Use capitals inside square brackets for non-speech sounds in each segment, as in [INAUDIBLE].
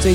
最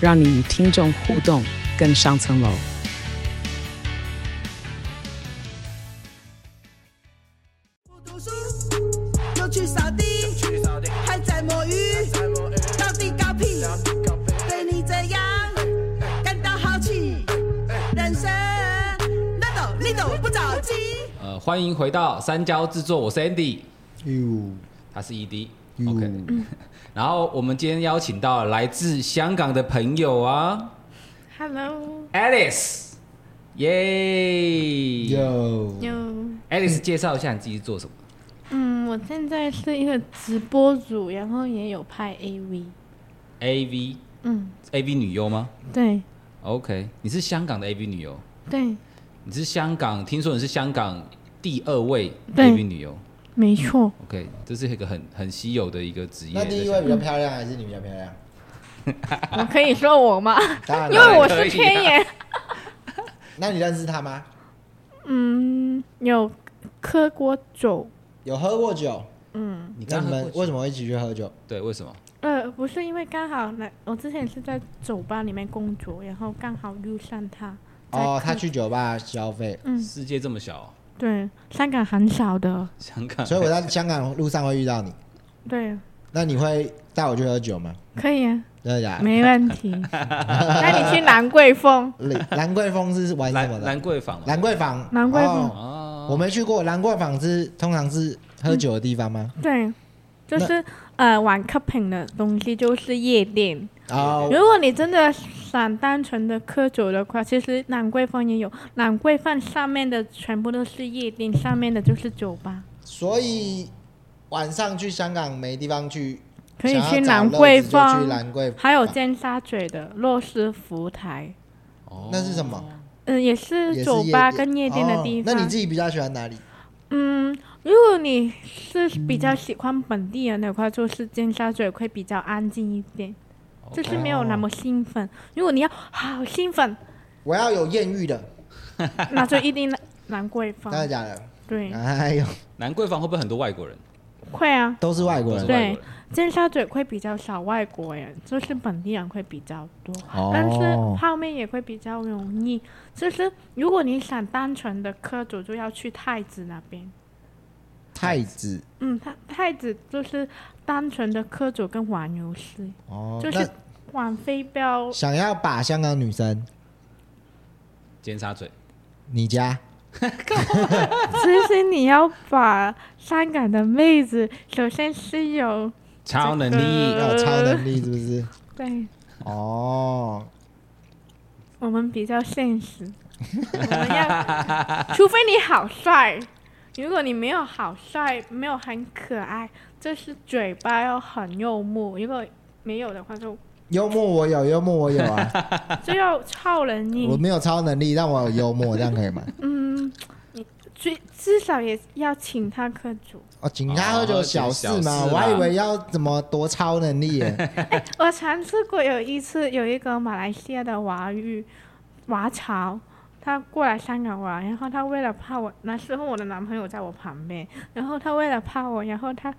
让你与听众互动更上层楼。不读书就去扫地，还在摸鱼，到底搞屁？对你这样感到好奇，人生那懂你懂不着急。呃，欢迎回到三焦制作，我是 Andy，哎呦，他是 ED，OK、哟 OK 然后我们今天邀请到来自香港的朋友啊 Hello， ，Alice，耶、有有 a l i c e 介绍一下你自己做什么。嗯，我现在是一个直播主，然后也有拍 AV， AV 嗯， AV 女优吗对？OK，你是香港的 AV 女优，对，你是香港，听说你是香港第二位对 AV 女优没错， ，OK，这是一个很很稀有的一个职业。那第一位比较漂亮还是你比较漂亮？我可以说我吗？ [LAUGHS] 当然因了，为我是天眼，那你认识他吗？嗯，有喝过酒，有喝过酒？你那刚刚你们为什么会一起去喝酒？对为什么？呃，不是因为刚好来，我之前是在酒吧里面工作，然后刚好遇上他，在哦，客他去酒吧消费，嗯世界这么小哦，对，香港很少的，香港所以我在香港路上会遇到你。对，那你会带我去喝酒吗？可 [LAUGHS] 以啊，真的假的？没 [LAUGHS] 问题。 [LAUGHS] 那你去南桂峰，蓝蓝桂坊是玩什么兰的？兰桂坊嘛兰桂坊，兰桂坊哦哦，我没去过。兰桂坊是通常是喝酒的地方吗？对，就是呃玩 cupping 的东西，就是夜店。哦，如果你真的想单纯的喝酒的话，其实兰桂坊也有，兰桂坊上面的全部都是夜店，上面的就是酒吧，所以晚上去香港没地方去，可以想要找去兰乐子桂就坊去，兰桂坊，还有尖沙咀的洛斯福台，哦那是什么？嗯、也也是是酒吧跟夜店的哦地方。那你自己比较喜欢哪里？嗯，如果你是比较喜欢本地人的话，就是尖沙咀会比较安静一点，就是没有那么兴奋。如果你要好兴奋，我要有艳遇的，哦那就一定兰桂坊 [LAUGHS] 真。的假的？对，哎呦，兰桂坊会不会很多外国人？会啊。都是外国都是人。外国对人，尖沙咀会比较少外国人，就是本地人会比较多，哦但是泡面也会比较容易。就是如果你想单纯的喝酒，就要去太子那边。太子嗯，太太子就是单纯的喝酒跟玩游戏，哦，就是那玩飞镖。想要把香港女生，尖沙咀。你家其实你要把香港的妹子，首先是有超能力这要个有超能力是不是？ [LAUGHS] 对哦，我们比较现实，我们要， [LAUGHS] 除非你好帅，如果你没有好帅，没有很可爱，就是嘴巴要很幽默，如果没有的话就幽默我有，幽默我有 [LAUGHS] 啊，就要超能我力，没有超能力，但我有幽默，这样可以吗？嗯，你最至少也要请他喝酒，哦，请他喝酒哦小事小事嘛，啦我还以为要怎么多超能力耶。我尝试过有一次，有一个马来西亚的华语华侨，他过来香港玩，然后他为了怕我，那时候我的男朋友在我旁边，然后他为了怕我，然后他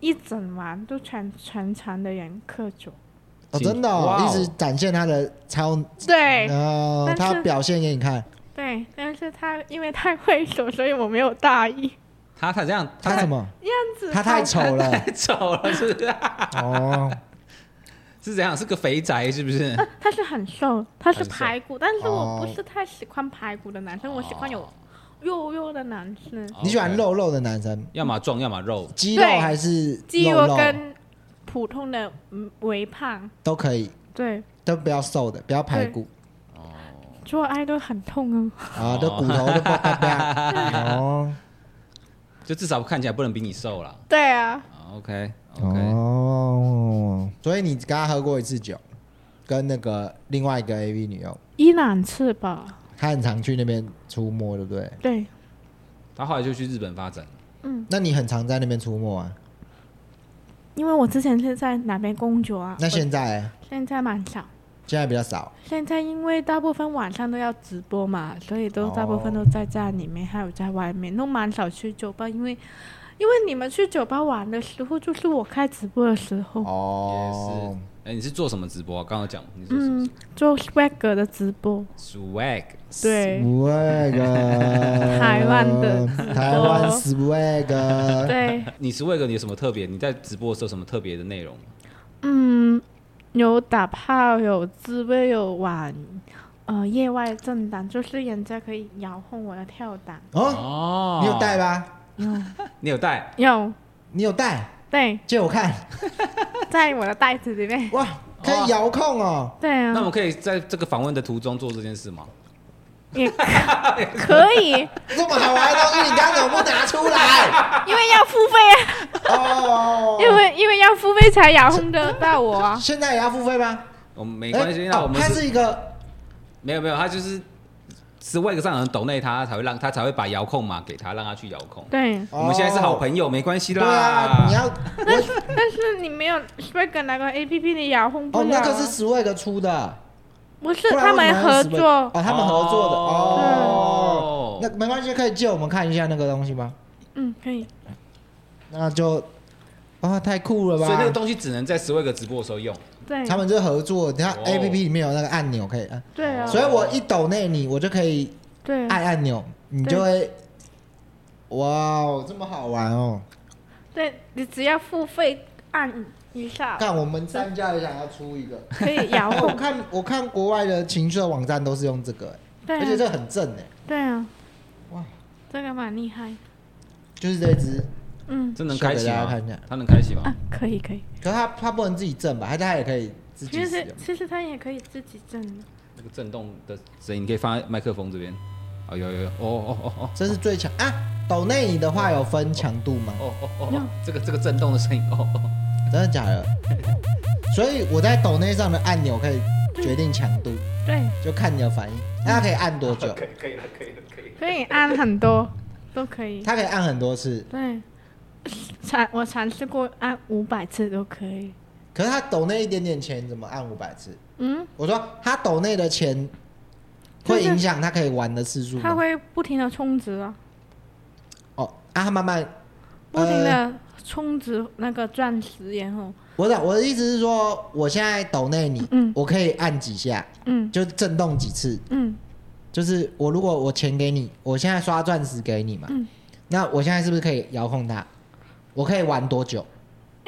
一整晚都全全场的人喝酒， [LAUGHS] 哦，真的哦哇，哦一直展现他的超，对、哦，哎但是他表现给你看，对，但是他因为太会手，所以我没有大意，他他这样，他他太什么？这样子他太丑 [LAUGHS] 了 [LAUGHS] 太丑了，是不是？哦，是怎样？是个肥宅，是不 [LAUGHS] 是？他是很瘦，他是很瘦排骨，但是我哦不是太喜欢排骨的男生，我喜欢有肉肉的男生，你喜欢 OK？肉肉的男生，要么壮，要么肉。肌肉对还是肌肉肉肉跟普通的嗯微胖，都可以，对，都不要瘦的，不要排骨做爱都很痛啊。啊，都骨头都不啪啪。 [LAUGHS] 哦就至少看起来不能比你瘦啦。对啊， OK OK，哦哦，所以你跟他喝过一次酒，跟那个另外一个 AV 女友，伊朗次吧？她很常去那边出没，对不对？对，他后来就去日本发展。那你很常在那边出没啊？因为我之前是在哪边工作啊？那现在欸我现在蛮少。现在比较少，现在因为大部分晚上都要直播嘛，所以都哦大部分都在家里面，还有在外面，都蛮少去酒吧，因为因为你们去酒吧玩的时候，就是我开直播的时候，哦，哎，你是做什么直播啊？刚刚讲你是做什么嗯，做 swag 的直播， swag 对 swag， [LAUGHS] 台湾的直播台湾 swag，对，你 swag 你有什么特别？你在直播的时候有什么特别的内容？嗯，有打炮，有自慰，有玩，呃，业外震荡，就是人家可以遥控我的跳档，哦，哦你有带？吧？你有带？有，你有带？对，借我 [LAUGHS] 看，在我的袋子里面，哇，可以遥控哦，对啊，那我们可以在这个访问的途中做这件事吗？也可 [LAUGHS] 以。这么好玩的东西，你刚刚怎么不拿出来？因为要付费 [LAUGHS] 啊，哦，因为因为要付费才遥控得到我啊。现在也要付费吗？我们没没关系，那我们它是哎哦是一个没有没有，他就是 swag 上人抖内他才会让他才会把遥控码给他，让他去遥控。 [LAUGHS] 对，我们现在是好友，朋友，没关系啦。哦对啊，你要我但是你没有 Swag 那个 A P P 你遥控不 [LAUGHS] 哦，了那啊。个是 swag 出的，不是不然他为什么要们合 Swag？作？哦，他们合作的哦哦，那没关系，可以借我们看一下那个东西吗？嗯，可以。那就啊，太酷了所以那个吧！东西只能在 swag 直播的时候用。对，他们是合作，你看哦 A P P 里面有那个按钮可以按，对啊，所以我一抖内你，我就可以对啊按按钮，你嗯对就会哇哦，这么好玩哦！对，你只要付费按一下看我们三家也想要出一个，可以遥哎我控。看我看国外的情色网站都是用这个，哎 [LAUGHS] 对而且啊，这很正哎，对啊，哇，这个蛮厉害。就是这只，嗯这能开启秀给大家吗看一下？它能开启吗？啊，可以可以。可是它它不能自己正吧？它它也可以自己其使实用。其实他也可以自己挣的。那个震动的声音，你可以放在麦克风这边。哦，有有有，哦哦哦哦这是最强啊！抖内你的话有分强度吗？哦哦哦哦，这个这个震动的声音，哦哦，哦真的假的？所以我在抖内上的按钮可以决定强度，对，就看你的反应。那它可以按多久？可以按很多，都可以。它可以按很多次，对，尝我尝试过按五百次都可以。可是它抖内一点点钱怎么按五百次？嗯，我说它抖内的钱会影响它可以玩的次数它吗？会不停的充值啊，哦，啊，它慢慢呃不停的充值那个钻石，然后我的我的意思是说，我现在抖内你，嗯我可以按几下，嗯就震动几次，嗯就是我如果我钱给你，我现在刷钻石给你嘛，嗯那我现在是不是可以遥控它？我可以玩多久？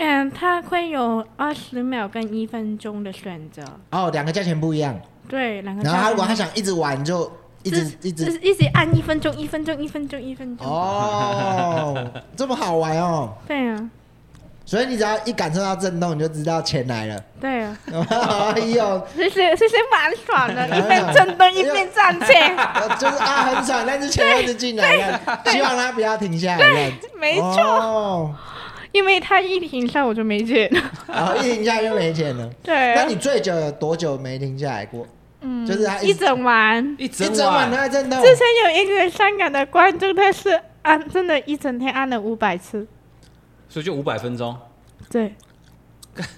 嗯，它会有二十秒跟一分钟的选择，哦，两个价钱不一样，对，两个然后他加如果他起来想一直玩就一就直是一就直是一直按一分钟，一分钟，一分钟，一分钟。哦，这么好玩哦！对啊，所以你只要一感受到震动，你就知道钱来了。对啊，哎呦，其实其实蛮爽的，一边震动一边站 [LAUGHS] 起来，就是啊，很爽，但是钱一直进来了，希望他不要停下来这样哦子。没错，错，因为它一停下我就没钱。然后一停下来就没钱了。哦对那啊，你最久有多久没停下来过？嗯，就是它一哦一整晚。一一整整晚都晚，在震动。之前有一个香港的观众，他是按真的，一整天按了五百次。所以就五百分钟，对，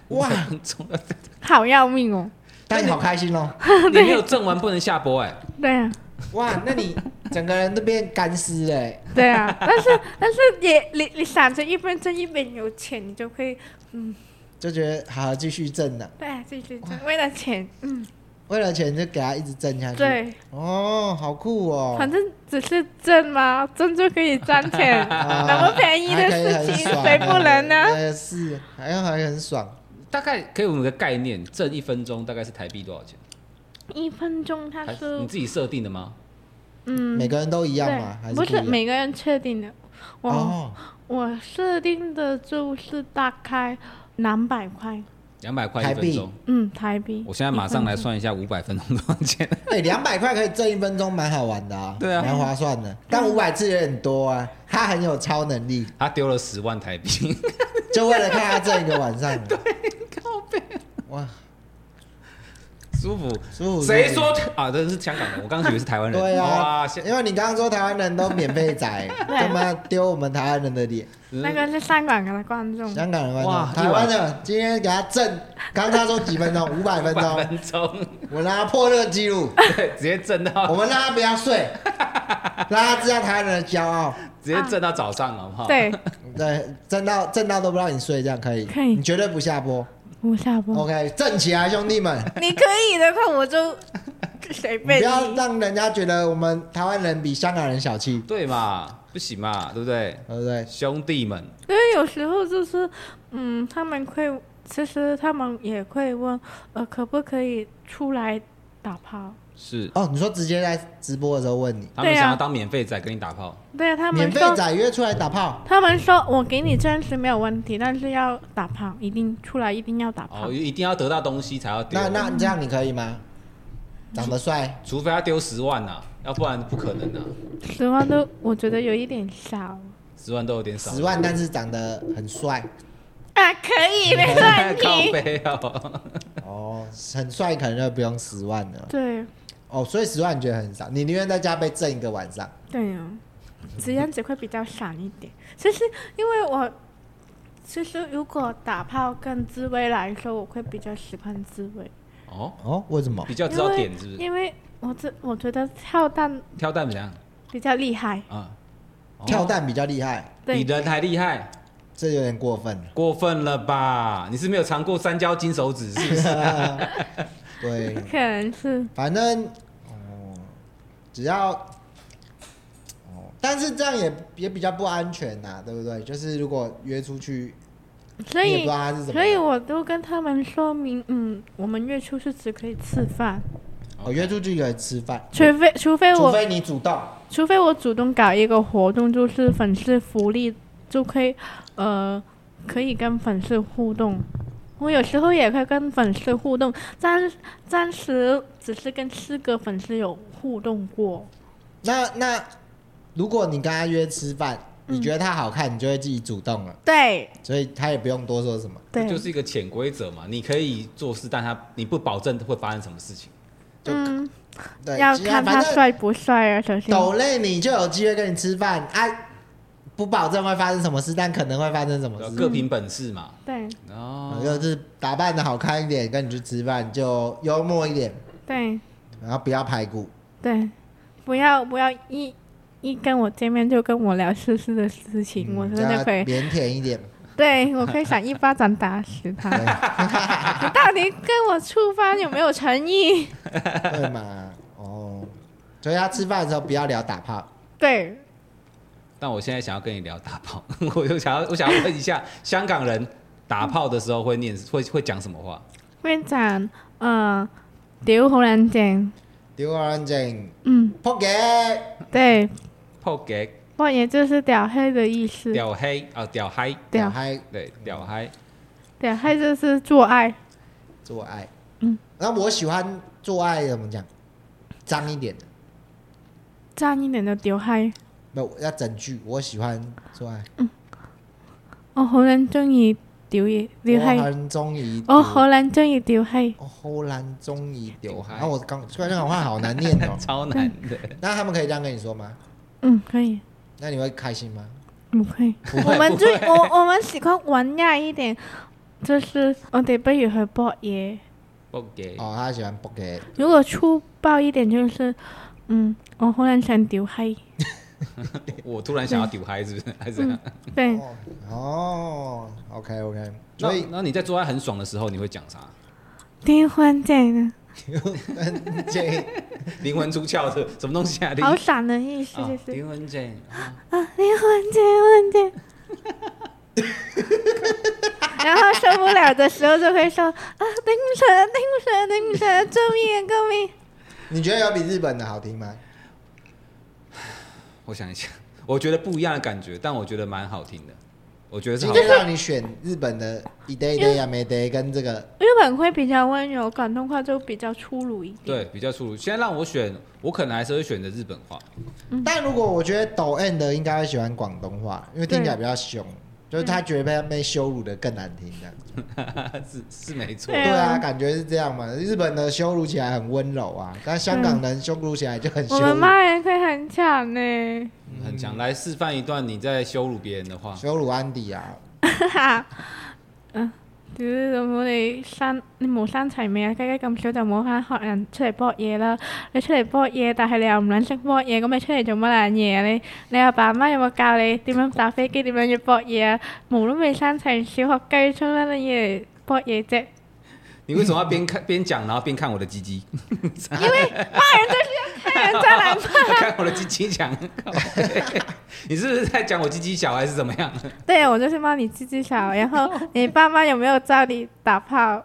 哇， 500分钟， [LAUGHS] 好要命哦。但你好开心哦！你没有震完不能下播哎，对啊，哇，那你整个人都变干尸了欸。对啊， [LAUGHS] 但是但是也你你想着一边挣一边有钱，你就可以就觉得好继续挣了、对啊，继续挣，为了钱，嗯，为了钱就给他一直挣下去。，对，哦，好酷哦，反正只是挣嘛，挣就可以赚钱， [LAUGHS] 啊那么便宜的还可以事很情爽谁不能呢？呃，是，还要还很爽，大概可以我们有个概念，震一分钟大概是台币多少钱？一分钟他还说你自己设定的吗？嗯，每个人都一样吗？还对，是不一是样每个人确定的，我。哦，我设定的就是大概两百块，两百块台一币分钟，嗯，台币。我现在马上来算一下五百分钟多少 [LAUGHS] 钱。哎，两百块可以挣一分钟，蛮好玩的啊，对啊蛮划算的。但五百次有点多啊，他很有超 [LAUGHS] 能力，他丢了十万台币，就为了看他挣一个晚上。对，靠背。哇，舒服， [LAUGHS] 舒服谁说啊？这是香港人，我刚刚以为是台湾人。对哇啊现，因为你刚刚说台湾人都免费 [LAUGHS] 仔，他妈丢我们台湾人的脸。嗯那个是香港的观众，香港的观哇众，台湾的今天给他挣，刚他说几分钟，五百分半钟，分 [LAUGHS] 钟，我让他破这个记录，对，直接震啊到，我 [LAUGHS] 们让他不要睡，让他知道台湾人的骄傲。直接震到早上了，好不好？，对，对，挣到挣到都不让你睡，这样可以？可以哦你绝对不下播。我下播， OK，挣起来，兄弟 [LAUGHS] 们！你可以的话我就你随便不要你。让人家觉得我们台湾人比香港人小气，对嘛，不行嘛，对不对？对不对？兄弟们，因为有时候就是，嗯，他们会，其实他们也会问，呃，可不可以出来打炮？是哦，你说直接在直播的时候问你，他们对啊想要当免费仔跟你打炮，对啊，他免们费说，仔约出来打炮，他们说我给你证实没有问题，但是要打炮，一定出来一定要打炮。哦，一定要得到东西才要丢，那那这样你可以吗？长得帅，除非他丢十万呐，要不然不可能啊，十万都我觉得有一点少。十万都有点少，十万，但是长得很帅，啊，可以，没问 [LAUGHS] [LAUGHS] 靠题。背哦，哦，很帅可能就不用十万了。对哦，所以十万你觉得很少，你宁愿在家被震一个晚上。对呀、这样子会比较爽一点。其实因为我，其实如果打炮跟自慰来说，我会比较喜欢自慰，哦， [LAUGHS] 哦，为什么比？较知因道为点是不是？因为我这我觉得跳蛋跳蛋怎样比较厉害，啊？哦跳蛋比较厉害，比对，人还厉害，这有点过分了。过分了吧？你是没有尝过三焦金手指是不是？对， [LAUGHS] 可能是反正哦，只要哦，但是这样也也比较不安全呐、对不对？就是如果约出去，所你也不以知道他是怎么所以我都跟他们说明，嗯，我们月初是只可以吃饭，哦，约出去可以吃饭，除非除非除我非你主动。除非我主动搞一个活动，就是粉丝福利，就可以呃可以跟粉丝互动。我有时候也会跟粉丝互动，暂暂时只是跟四个粉丝有互动过。那那如果你跟他约吃饭，嗯你觉得他好看，你就会自己主动了，对所以他也不用多说什么， [LAUGHS] 对，就是一个潜规则嘛，你可以做事，但他你不保证会发生什么事情。就、嗯，对，要其实看他反正帅不帅啊，首先。抖累你就有机会跟你吃饭啊，不保证会发生什么事，但可能会发生什么对啊吧事。各凭本事嘛。对嗯然后哦，呃就是打扮的好看一点，跟你去吃饭就幽默一点，对然后不要排骨。对，不要不要一一跟我见面就跟我聊私事的事情，我真这样的可以嗯腼腆一 [LAUGHS] 点。对，我可以想一巴掌打死他。你到底跟我触发有没有诚意？ [LAUGHS] 对嘛？哦，所以他吃饭的时候不要聊打炮。对，但我现在想要跟你聊打炮， [LAUGHS] 我就想要我想要问一 [LAUGHS] 下，香港人打炮的时候会念会会讲什么话？院长，嗯、屌好冷静，丢安静，嗯，扑街！对，炮给不也就是屌黑的意思。屌黑啊，屌嗨，屌嗨，对，屌嗨，屌黑就是做爱，做爱。嗯，那我喜欢做爱怎么讲？脏一点的，脏一点的屌黑。没有要整句。我喜欢做爱，我好撚中意屌嘢屌我黑，很中意。我好撚中意屌黑。哦，荷兰中意丢嗨。海。啊，我刚突然这种话好难念哦 [LAUGHS] 超难的，那他们可以这样跟你说吗？嗯，可以，那你会开心吗？唔可以。不我会们不最会，我我们喜欢玩雅一点，就是我哋不如去搏嘢。不给哦，他喜欢扑街。如果粗暴一点，就是，嗯，我好能想屌閪，我突然想要屌嗨，是不是？还是这嗯 [LAUGHS] 样？对，哦哦，OK OK，那所以那你在做爱很爽的时候，你会讲啥？天荒正啊，建议灵魂出窍 [LAUGHS] 的什么东西啊？灵好爽的意思就啊是灵魂剑啊啊，天荒正，[LAUGHS] 天荒正。然后受不了的时候就会说啊，顶不顺了，顶不顺了，顶不顺了，救命啊，救命！ [LAUGHS] 你觉得有比日本的好听吗？我想一下，我觉得不一样的感觉，但我觉得蛮好听的。我觉得是今好天让你选日本的一 day 一 day 呀没 day 跟这个，日本会比较温柔，广东话就比较粗鲁一点。对，比较粗鲁。现在让我选，我可能还是会选择日本话。 [LAUGHS] 但如果我觉得抖 N 的应该会喜欢广东话，因为听起来比较凶。就是他觉得被被羞辱的更难听的。是是没错对。对啊啊，感觉是这样嘛。日本的羞辱起来很温柔啊，但香港人羞辱起来就很羞我们辱。骂人可以很强呢、很强。来示范一段你在羞辱别人的嗯话。羞辱安迪啊，屌老母你生你無生齊未啊？雞雞咁少就冇翻學人出嚟搏嘢啦！你出嚟搏嘢，但係你又唔撚識搏嘢，咁你出嚟做乜撚嘢啊？你你阿爸阿媽有冇教你點樣打飛機，點樣要搏嘢啊？毛都未生齊，小學雞出乜撚嘢嚟搏嘢啫？你为什么要边看边讲，然后边看我的鸡 [LAUGHS] 鸡？因為罵人就是要 [LAUGHS] 看人家來罵。看我的鸡鸡讲， [LAUGHS] 靠背你是不是在讲我鸡鸡小还是怎么样？對，我就是罵你自己小，然後 [LAUGHS] 你爸媽有沒有教你打炮？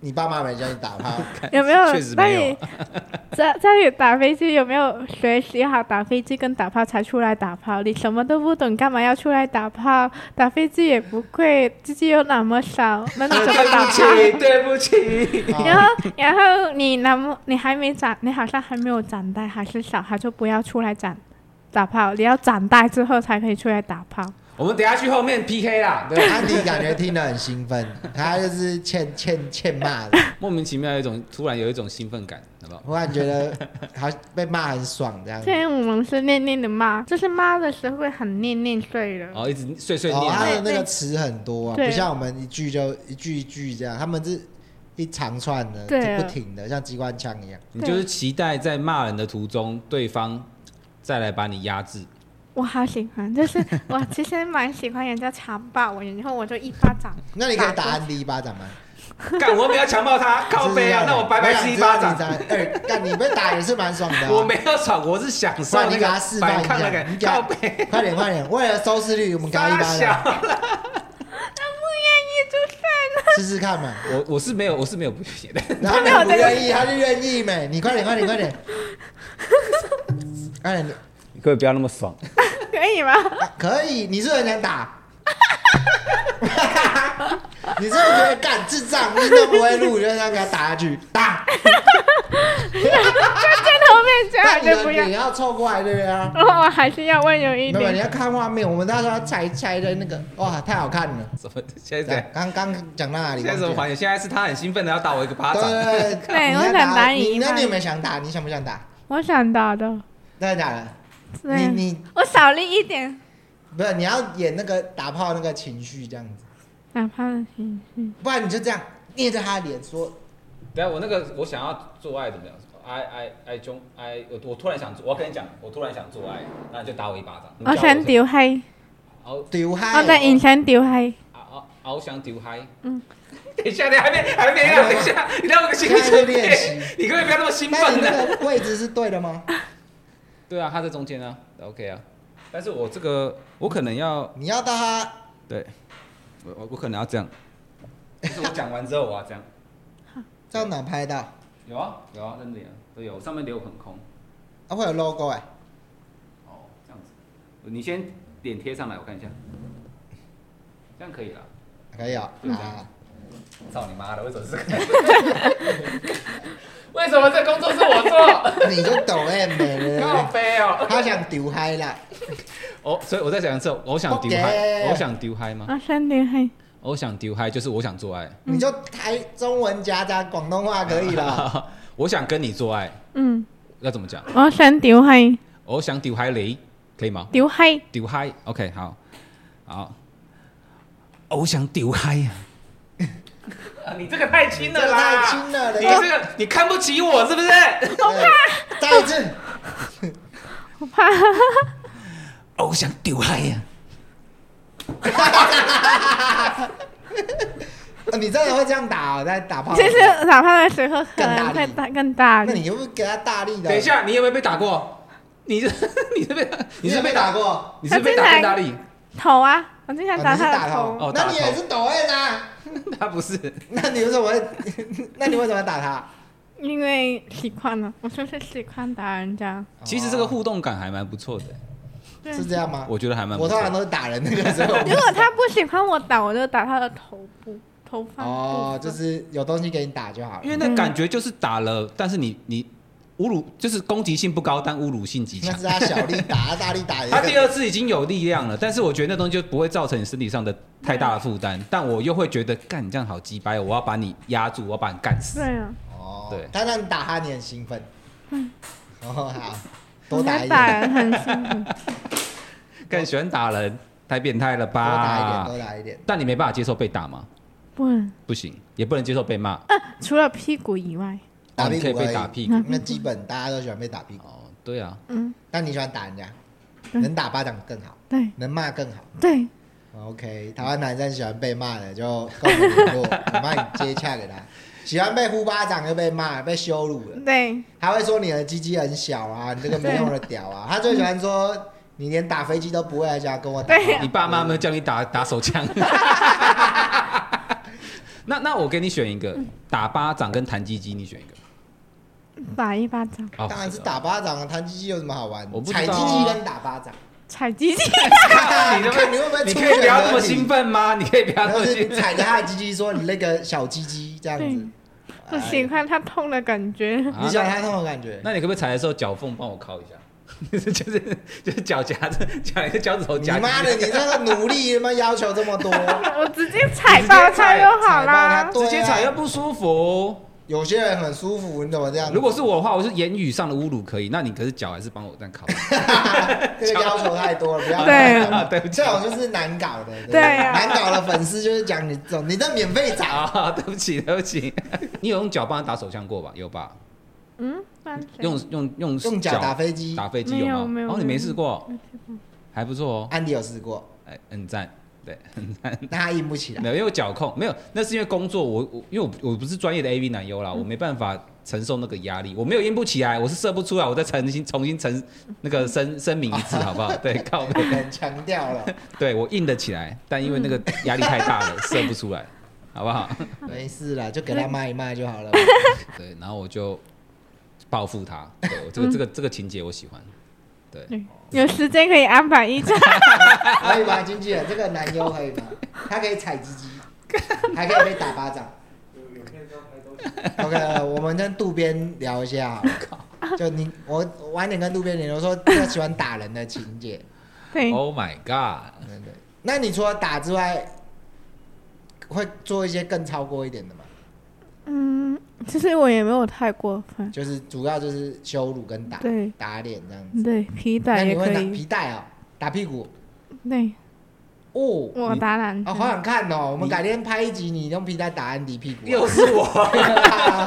你爸妈没教你打 [LAUGHS] 炮，有没有确实那没有你 [LAUGHS] 在在你打飞机有没有学习好打飞机跟打炮才出来打炮？你什么都不懂，干嘛要出来打炮？打飞机也不贵，自己又那么少， [LAUGHS] [LAUGHS] 那你怎么打炮？对不起，对不起。 [LAUGHS] 啊然后，然后你那么你还没长，你好像还没有长大，还是小孩就不要出来长打炮。你要长大之后才可以出来打炮。我们等一下去后面 PK 啦。对，安迪感觉听得很兴奋，他就是欠欠欠骂的，莫名其妙有一种突然有一种兴奋感，好不好？忽然觉得好像被骂很爽这样子虽。然我们是念念的骂，就是骂的时候会很念念碎的。然后一直碎碎哦，念他啊，的那个词很多啊，对不像我们一句就一句一句这样，他们是一长串的，对啊就不停的，像机关枪一样。你就是期待在骂人的途中，对方再来把你压制。我好喜欢，就是我其实蛮喜欢人家强暴我，然后我就一巴掌。那你可以打安迪一巴掌吗？干，我没有强暴 [LAUGHS] 他，靠背啊，那我白白吃一巴掌。哎，二干你被打也是蛮爽的啊。我没有爽，我是享受不然那你个给他示范反一抗那下，你个给靠他背。 [LAUGHS] 快点快点，为了收视率，我们给他一巴小掌，[LAUGHS] [LAUGHS] 他不愿意就算了。试试看嘛。我我是没有，我是没有不写 [LAUGHS] 的。然后他不愿意，他就愿意没，你快点快点快点， [LAUGHS] 快点，你可以不要那么爽。可以 [LAUGHS] 吗？啊可以，你是不是很想打？ [LAUGHS] 你是不是觉得干智障，你都不会录，你就这样给他打下去，打。站后面最好但你就不的要脸。要凑过来，对不对啊？然后我还是要温柔一没有，你点。要看画面，我们到时候要拆拆的那个，哇，太好看了。 [LAUGHS] 什么？现在怎对样，刚刚讲到哪里？现在什么忘环记节？了现在是他很兴奋的要打我一个巴掌。对对对，对你我要想打你你，一巴那你有没有想打？你想不想打？我想打的，真的假的？对你你我少力一点，不是你要演那个打炮那个情绪这样子，哪怕的心绪。不然你就这样捏着他的脸说，等下我那个我想要做爱怎么样？I I I 中 I 我我突然想做，我要跟你讲，我突然想做爱，那你就打我一巴掌。你我教什想么屌閪，哦丢嗨我哦。的影响屌閪。啊啊啊！我想丢嗨。嗯。等一下，你还没还没啊！等一下，你让我个心理现在准在练备习。你可不可以不要那么兴那你奋呢、 [LAUGHS] 那个位置是对的吗？对啊，他在中间啊，OK 啊。但是我这个我可能要你要到他对，我我我可能要这样。就是我讲完之后我要这样。这样哪拍得到？啊，有啊有啊，真的有都有，上面留很空。会有 logo 哎、哦，这样子，你先脸贴上来，我看一下，这样可以了。可以哦。对好啊，操你妈的，为什么是这个？ [LAUGHS] 为什么这工作是我做？你就抖 M 呗对不靠 [LAUGHS] 对，背哦！他想丢嗨啦，哦，所以我在讲一次，我想丢嗨， Okay 我想丢嗨吗？我想屌閪，我想丢嗨就是我想做爱， [LAUGHS] 你就台中文夹杂广东话可以 [LAUGHS] 了。我想跟你做爱，嗯，要怎么讲？我想屌閪，我想丢嗨你，可以吗？屌閪，丢嗨，OK，好，好，哦我想丢嗨呀！啊你这个太轻这个太轻了，你人家这个你看不起我是不是？对再一次，我怕。我想丢嗨啊呀！哦你真的会这样打哦，在打炮。 [LAUGHS] 就是打炮的时候可能会打更大那力。你又不给他大力的？等一，下，你有没有被打过？你是 [LAUGHS] 你是被你你是是被被打打，过？你是被打更大力？头啊，我经常哦打你是他打的头，头。哦那打你头也是抖 M 啊？ [LAUGHS] 他不是， [LAUGHS] 那你为什么会？ [LAUGHS] 那你为什么打他？因为喜欢了，我就是喜欢打人家。 [LAUGHS] 其实这个互动感还蛮不错的，对是这样吗？我觉得还蛮不哦我错通常的。都是打人那个时 [LAUGHS] 候。如果他不喜欢我打，我就打他的头部、头发。哦哦，就是有东西给你打就好了因。为那感觉就是打了，但是你你侮辱就是攻击性不高，但侮辱性极那强。是他小力打，大力打也他第二次已经有力量了，但是我觉得那东西就不会造成你身体上的太大的负担，但我又会觉得干你这样好鸡掰哦，我要把你压住，我要把你干死。对啊，哦，对他让你打他，你很兴奋。哦，好，多嗯我打们一打点，人很辛苦。更喜欢打人，太变态了多打一点，吧多？打一点。但你没办法接受被打吗？不能，不行，也不能接受被骂，除了屁股以外，打哦屁你股可以被打而已屁股。那基本大家都喜欢被打屁股，哦，对啊，嗯，但你喜欢打人家，嗯能打巴掌更好，对能骂更好。对， OK，台湾男生喜欢被骂的就跟我们联络，我帮你接洽给他。喜欢被呼巴掌又被骂、被羞辱了，对，他会说你的鸡鸡很小啊，你这个没用的屌啊。他最喜欢说你连打飞机都不会，还想要跟我打。对啊你爸妈没有叫你打打手枪？ [LAUGHS] 那那我给你选一个，打巴掌跟弹鸡鸡，你选一个。打一巴掌，哦当然是。打巴掌啊，弹鸡鸡有什么好玩？我不知道踩啊鸡鸡跟打 [LAUGHS] 巴掌，踩 [LAUGHS] 鸡鸡，啊你能不你会不会 [LAUGHS] 能？你可以不要这么兴奋 [LAUGHS] 吗？你可以不要然这后么是兴你奋。踩着他的鸡鸡说你那个小鸡鸡这样子哎对，我喜欢他痛的感觉。哎。你喜欢他那种感觉？那你可不可以踩的时候脚缝帮我敲一下？ [LAUGHS] 就是就是脚夹着夹一个脚趾头你夹。妈的，你这个努力他妈要求这 [LAUGHS] 么多，我直接踩爆它就好啦哎你直直接踩踩爆它。接踩对啊又不舒服。有些人很舒服，你怎么这样？如果是我的话，我是言语上的侮辱可以，那你可是脚还是帮我这样敲。这个要求太多了，不要。对啊 [LAUGHS] 对不起这种就是难搞的。不对啊难搞的粉丝就是讲你这种，你这免费砸。 [LAUGHS] 啊，对不起，对不起。 [LAUGHS] 你有用脚帮他打手枪过吧？有吧？嗯，那谁用用用用脚打飞机打飞机没吗？有没有哦，你没没有试过，还不错哦。安迪有试过，哎，很赞，对，很赞。但他硬不起没来。有，因为我脚控没有，那是因为工作，我我因为我我不是专业的 AV 男优啦，嗯我没办法承受那个压力，我没有硬不起来，我是射不出来，我再重新重新澄那个声声明一次好不 [LAUGHS] 好？ [LAUGHS] 对，靠背，很强调了，对我硬得起来，但因为那个压力太大了，射不出来，好不好？ [LAUGHS] 没事啦，就给他骂一骂就好了。 [LAUGHS] 对，然后我就报复他，对我嗯这个这个这个情节我喜欢，对，有时间可以安排一 [LAUGHS] 场。可以吗，经纪人？这个男优可以吗？他可以踩鸡鸡，还可以被打巴掌。OK，我们跟渡边聊一下好 [LAUGHS] 了。就你，我我晚点跟渡边聊，我说他喜欢打人的情节。对，哦 Oh my god！对对。那你除了打之外，会做一些更超过一点的吗？嗯，其实我也没有太过分。就是主要就是羞辱跟打，对打脸这样子。对，皮那带你也会可打以。皮带哦，打屁股对，哦。我打篮哦，球。好想看哦！我们改天拍一集，你用皮带打安迪屁股、啊又是我， [LAUGHS]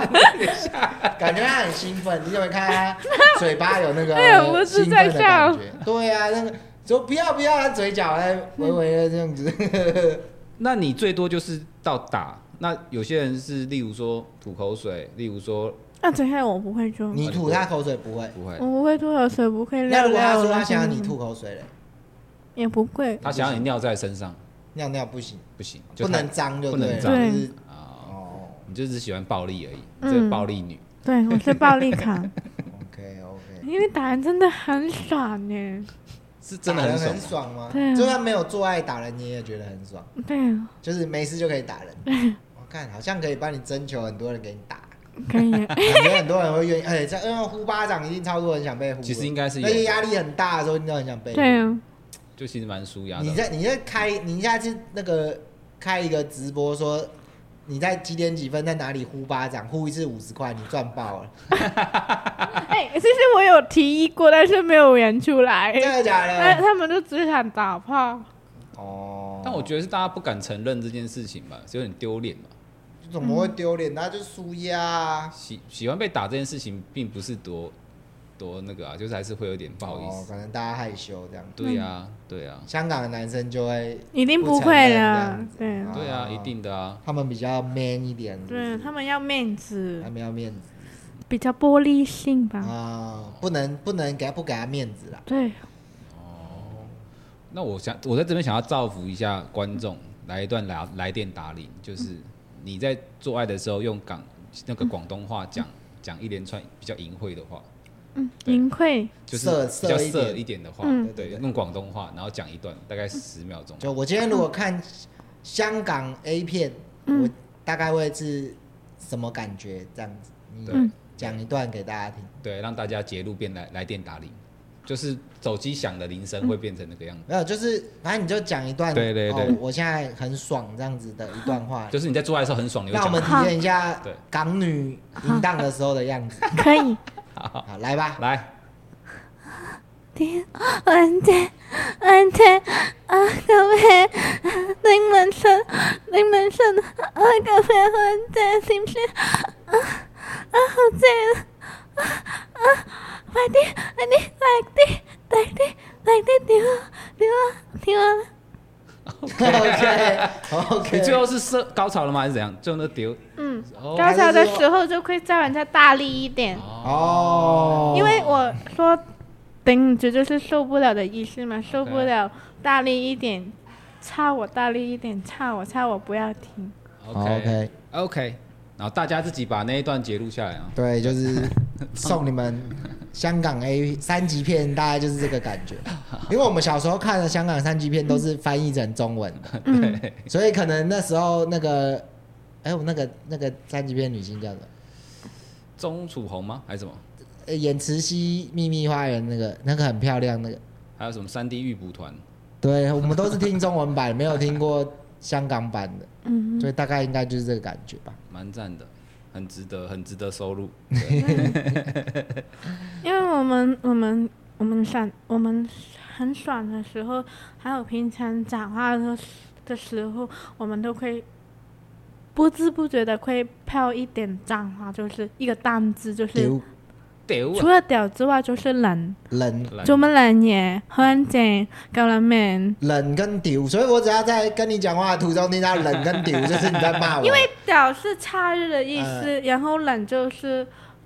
感觉他很兴奋，你有没有看他嘴巴有那个哎我不是兴奋在的笑感觉？对啊，那个说不要不要，他嘴角还微微的这样子。那你最多就是到打，那有些人是例如说吐口水，例如说那这些我不会做， [LAUGHS] 你吐他口水不会？不会我。不会做，有水不会那尿如果他尿说了。他想要你吐，口水嘞，也不会。他想要你尿在身上，尿尿不行，不行，就不太能脏就不能对了，脏就对是啊、哦你就只喜欢暴力而已，你嗯这个暴力女。对，我是暴力扛， ，OK OK。因为打人真的很爽呢。是真的打很人爽很。爽吗？对啊就算没有做爱打人，你也觉得很爽，对，就是没事就可以打 [LAUGHS] 人。我看好像可以帮你征求很多人给你打，可以。感觉很多人会愿意。哎，这因为呼巴掌一定超多人想被呼的，其实应该是有而且压力很大的时候，你都很想被呼。[LAUGHS] 对啊，就其实蛮舒压你的。在你在开，你下次那个开一个直播说。你在几点几分在哪里呼巴掌？呼一次五十块，你赚爆了！哎，其实我有提议过，但是没有人出来。真的假但的？他们就只想打炮。哦，但我觉得是大家不敢承认这件事情吧，是有点丢脸嘛。得怎么会丢脸？那就是输压啊，喜喜欢被打这件事情，并不是多多那个啊，就是还是会有点不好意哦思。可能大家害羞这样。对呀、啊，对呀、啊，香港的男生就会一定承不认会这的样子，对哦对呀、啊，一定的啊。他们比较 man 一点，对，他们们要面子他，们要面子比较玻璃性啊、吧。不能不能给他不给他面子啦。对，那我想，我在这边想要造福一下观众，来一段来来电打铃，就是你在做爱的时候用港那个广东话讲讲一连串比较淫秽的话，对淫秽，就是比色较色一色点一点的话，嗯对对对，对用广东话，然后讲一段，大概十秒钟。就我今天如果看香港 A 片，嗯我大概会是什么感觉这样子？你嗯对，讲一段给大家听。对，让大家截录变来来电打铃，就是手机响的铃声会变成那个样子。没有，就是反正你就讲一段，对对对哦，我现在很爽这样子的一段话，就是你在做爱的时候很爽，你会让我讲们体验一下对港女淫荡的时候的样子。[LAUGHS] 可以。好，来 [LAUGHS] 吧，来， Ante, ante, ágame, den manzón, den manzón, ágame, ante, simple, ágame, vati, vati, vati, vati, vati, tío, tío, tío, OK 你最 OK，后是射高潮了吗？还是怎样？最后那丢，嗯，哦高潮的时候就会再往下大力一点，哦，因为我说顶着就是受不了的意思嘛，受不了大力一点，差我大力一点，差我差我不要停。 OK OK，然后大家自己把那一段截录下来啊。对，就是送你们香港 A 三级片，大概就是这个感觉。因为我们小时候看的香港三级片都是翻译成中文的，对，所以可能那时候那个，哎、我那个那个三级片女星叫什么？钟楚红吗？还是什么？呃演慈禧秘密花园那个那个很漂亮那个，还有什么三 D 玉蒲团？对我们都是听中文版，没有听过香港版的，嗯，所以大概应该就是这个感觉吧。蛮赞的，很值得，很值得收入。因为我们我们我们爽我们很爽的时候，还有平常讲话的时的时候，我们都会不知不觉的会飘一点脏话，就是一个单字，就是丢啊丢除啊！了屌之外就是冷，冷来做乜冷嘢，香正，够冷面。冷跟丢，所以我只要在跟你讲话的途中听到冷跟丢，就是你在骂我。因为屌是差日的意思，哎然后冷就是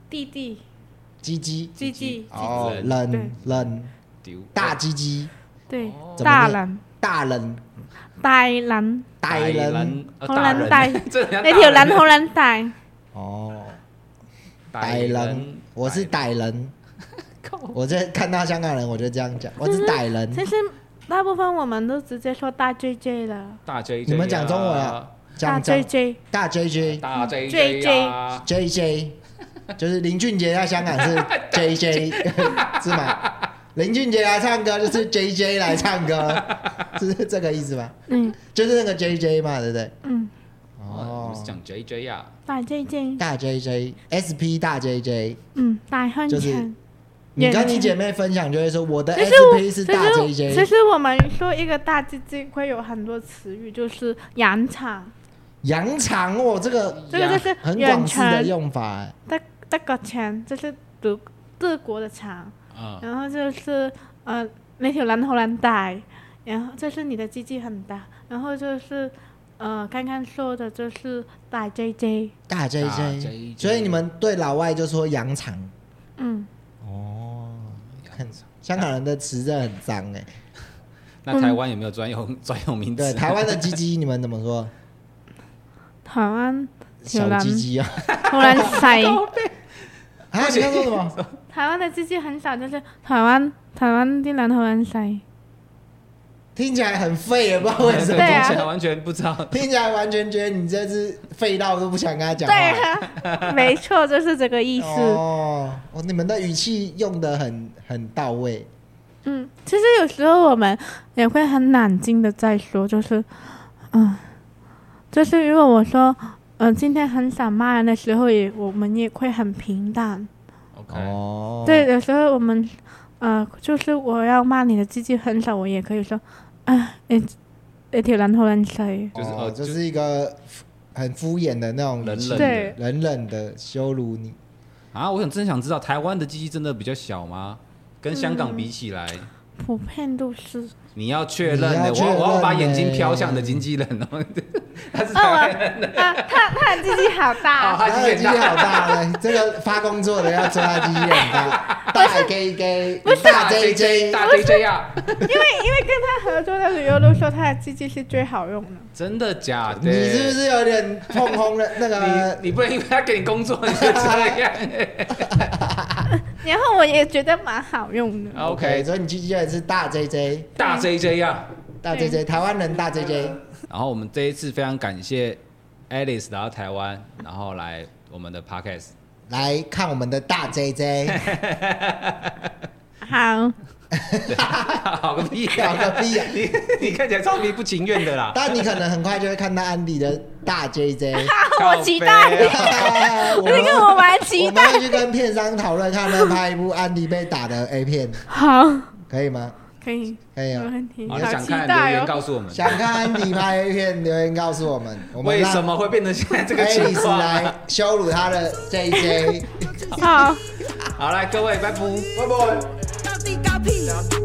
弟弟、鸡鸡弟弟，哦，鸡鸡冷对冷丢大鸡鸡，对，哦怎么大念冷、大冷大冷，大冷，呃好大难人带 [LAUGHS] 这人家那条大冷好冷带。哦，大歹人，我是大歹 [LAUGHS] 人。我这看到香港人，我就这样讲，我是歹其 [LAUGHS] 人。实大部分我们都直接说大 J J 了，大 J，你们讲中文啊？大讲讲 J J，大 J J 大 J 啊 JJ J J，就是 [LAUGHS] 林俊杰在香港是 J J [LAUGHS] 是吗？林俊杰来唱歌就是 J J 来唱 [LAUGHS] 歌，是这个意思吗？嗯就是那个 J J 嘛，对不对？嗯，哦，你们是哦，讲 JJ 呀？大 J J，大 J J S P 大 J J，嗯，大香就是肠。你跟你眼睛姐妹分享就会说我的其 S 实我， P 其是实大我 J 其 J，实我们说一个大鸡鸡会有很多词语，就是羊肠，羊肠哦，这个这个就是很远广式肠的、用法哎，德德国肠，就是德德国的肠。啊，然后就是呃那条蓝头蓝带，然后就是你的鸡鸡很大，然后就是呃刚刚说的就是大 J J，大 J 大 J， JJ 所以你们对老外就说羊肠嗯，哦，看香港人的词真的很脏哎，那台湾有没有专用专用名对，词？[LAUGHS] 台湾的鸡鸡你们怎么 [LAUGHS] 说？台湾小有人鸡鸡啊！突然塞， [LAUGHS] 啊，你刚说什 [LAUGHS] [LAUGHS] 么？台湾的鸡鸡很少，就是台湾台湾的蓝头蓝塞，听起来很废耶，不知道为什对么。啊听起来完全不知道。听起来完全觉得你这是废到都不想跟他讲对话。啊， [LAUGHS] 没错，就是这个意思。哦，哦，你们的语气用的很很到位。嗯，其实有时候我们也会很冷静的在说，就是，嗯，就是如果我说，嗯、今天很想骂人的时候也，我们也会很平淡。 OK，哦，对，，有时候我们，呃，就是我要骂你的鸡鸡很少，我也可以说，啊，你你条人好人衰，就是哦，呃就就是一个很敷衍的那种语冷气冷对的冷冷的羞辱你。啊，我想真想知道台湾的鸡鸡真的比较小吗？跟香嗯港比起来，普遍都是。你要确认你的，要我确认要我要把欸眼睛瞟向你的经纪人哦， [LAUGHS] 他是啊，台我湾人啊，他他的鸡鸡好 [LAUGHS] 啊，大， [LAUGHS] 他他的已鸡经鸡很大好 [LAUGHS] 大嘞，这个发工作的要抓鸡鸡很大，大 J J，大 J J，大 JJ 啊， [LAUGHS] 因为因为跟他合作的旅游都说他的鸡鸡是最好用的。真的假的？你是不呃是有点碰轰了？那个你你不能因为他给你工作你就这 [LAUGHS] 样、 [LAUGHS] 然后我也觉得蛮好用的。 OK，所以你鸡鸡也是大 J J，大 JJ 啊。大 J J，台湾人大 J J。然后我们这一次非常感谢 Alice 来到台湾，然后来我们的 Podcast。 [LAUGHS] 来看我们的大 J J，好，好个屁搞个啊！屁啊！ [LAUGHS] 你你看起来超级不情愿的啦，但你可能很快就会看到安迪的大 J J， [LAUGHS] [LAUGHS] [LAUGHS] 我期待靠背啊我这个我蛮期我待。们要去跟片商讨论，看能拍一部安迪被打的 A 片，好，可以吗？可以，可以没啊。问题，好，好你想期看留待言哦。告诉我们，想看安迪拍 A 片，留言告诉我们，我们为什让么会变成现在这个黑情里斯况？啊来羞辱他的 J J。好。好，来各位，拜拜。到底搞屁？